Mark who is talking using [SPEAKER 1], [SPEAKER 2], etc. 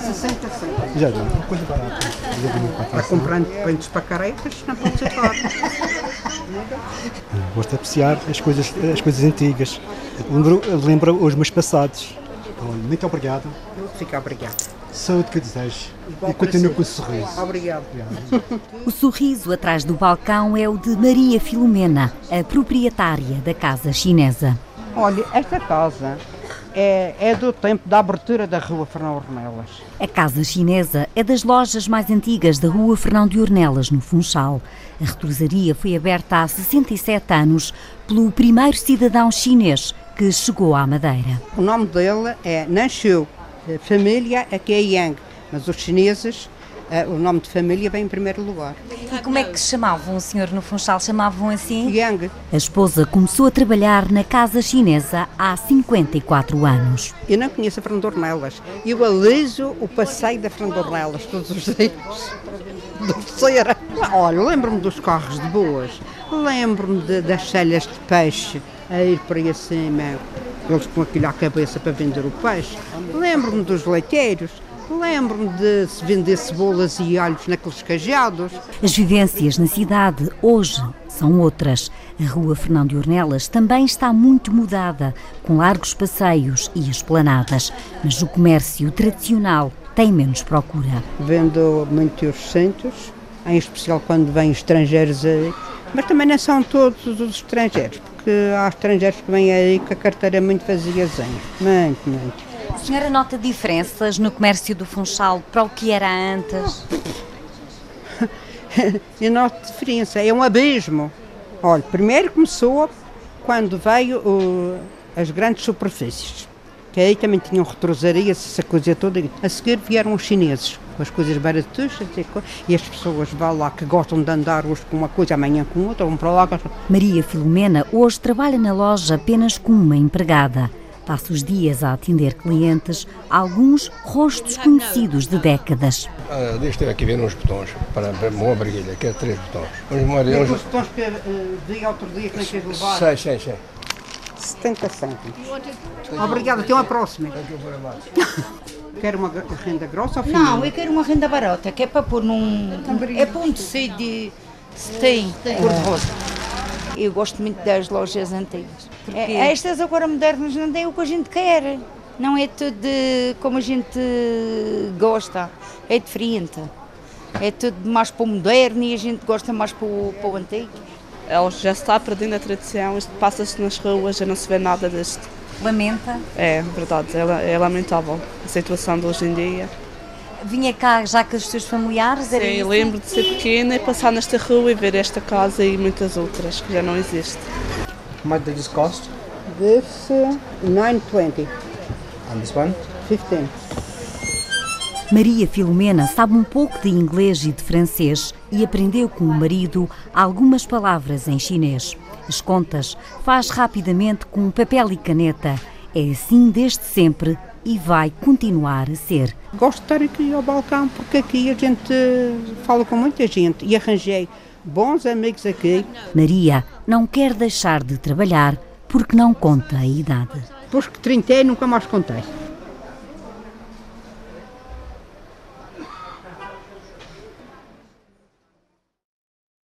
[SPEAKER 1] 60, 60.
[SPEAKER 2] Já deu, uma coisa barata. Já deu para
[SPEAKER 1] Vai comprando pentes para caretas, não pode ser claro.
[SPEAKER 2] Gosto de apreciar as coisas, as coisas antigas. Lembro, lembra os meus passados. Então, Olha, muito obrigado.
[SPEAKER 1] é? Fica obrigado.
[SPEAKER 2] Saúde que eu desejo.
[SPEAKER 1] Igual
[SPEAKER 2] e
[SPEAKER 1] para
[SPEAKER 2] continuo
[SPEAKER 1] si.
[SPEAKER 2] com o sorriso. É.
[SPEAKER 1] Obrigado.
[SPEAKER 3] O sorriso atrás do balcão é o de Maria Filomena, a proprietária da casa chinesa.
[SPEAKER 1] Olha, esta casa é, é do tempo da abertura da rua Fernão Ornelas.
[SPEAKER 3] A casa chinesa é das lojas mais antigas da rua Fernão de Ornelas, no Funchal. A retrosaria foi aberta há 67 anos pelo primeiro cidadão chinês que chegou à Madeira.
[SPEAKER 1] O nome dele é Nanxiu, eh, família aqui é Yang, mas os chineses, eh, o nome de família vem em primeiro lugar.
[SPEAKER 3] E como é que chamavam o senhor no Funchal? Chamavam assim?
[SPEAKER 1] Yang,
[SPEAKER 3] A esposa começou a trabalhar na casa chinesa há 54 anos.
[SPEAKER 1] eu não conheço a Fernando Ornelas. Eu aliso o passeio da Fernando Ornelas todos os dias. Do Ceará. Olha, lembro-me dos carros de boas, lembro-me de- das selhas de peixe a ir para aí acima, eles com aquilo à cabeça para vender o peixe. Lembro-me dos leiteiros, lembro-me de se vender cebolas e alhos naqueles cajados.
[SPEAKER 3] As vivências na cidade hoje são outras. A rua Fernão de Ornelas também está muito mudada, com largos passeios e esplanadas, mas o comércio tradicional tem menos procura.
[SPEAKER 1] Vendo muitos centros, em especial quando vêm estrangeiros aí. Mas também não são todos os estrangeiros, porque há estrangeiros que vêm aí com a carteira é muito vaziazinha. Muito, muito.
[SPEAKER 3] A senhora nota diferenças no comércio do Funchal para o que era antes?
[SPEAKER 1] E noto diferença, é um abismo. Olha, primeiro começou quando veio o- as grandes superfícies, que aí também tinham retrosaria, essa coisa toda. A seguir vieram os chineses, com as coisas baratuchas e co- e as pessoas vão lá que gostam de andar hoje com uma coisa, amanhã com outra, vão para lá. gostam-
[SPEAKER 3] Maria Filomena hoje trabalha na loja apenas com uma empregada. Passa os dias a atender clientes, alguns rostos conhecidos de décadas.
[SPEAKER 4] Ah, Deus teve aqui ver uns botões para, para uma briguilha, que é três botões. Uns
[SPEAKER 1] Tem
[SPEAKER 4] marinos.
[SPEAKER 1] os botões que eh, vi outro dia que não quis levar.
[SPEAKER 4] Sei, sei, sei.
[SPEAKER 1] 70 cêntimos. Obrigada, até uma próxima. Quer uma gr- renda grossa ou fina?
[SPEAKER 5] Não, eu quero uma renda barata, que é para pôr num. É para um tecido de cetim, cor-de-rosa. Eu gosto muito das lojas antigas. É, Estas agora modernas não têm o que a gente quer. Não é tudo de- como a gente gosta. É diferente. É tudo mais para o moderno e a gente gosta mais para o, para o antigo.
[SPEAKER 6] É, Ele já está perdendo a tradição, isto passa-se nas ruas, já não se vê nada disto.
[SPEAKER 3] Lamenta?
[SPEAKER 6] É verdade, é, la- é lamentável a situação de hoje em dia.
[SPEAKER 3] Vinha cá já com os seus familiares? era
[SPEAKER 6] Sim,
[SPEAKER 3] isso?
[SPEAKER 6] lembro de ser pequena e passar nesta rua e ver esta casa e muitas outras que já não existem.
[SPEAKER 7] much does this cost?
[SPEAKER 1] This uh, 920,
[SPEAKER 7] And this one?
[SPEAKER 1] 15.
[SPEAKER 3] Maria Filomena sabe um pouco de inglês e de francês e aprendeu com o marido algumas palavras em chinês. As contas faz rapidamente com um papel e caneta. É assim desde sempre e vai continuar a ser.
[SPEAKER 1] Gosto de estar aqui ao balcão porque aqui a gente uh, fala com muita gente e arranjei bons amigos aqui.
[SPEAKER 3] Maria não quer deixar de trabalhar porque não conta a idade.
[SPEAKER 1] Depois que 30 nunca mais contei.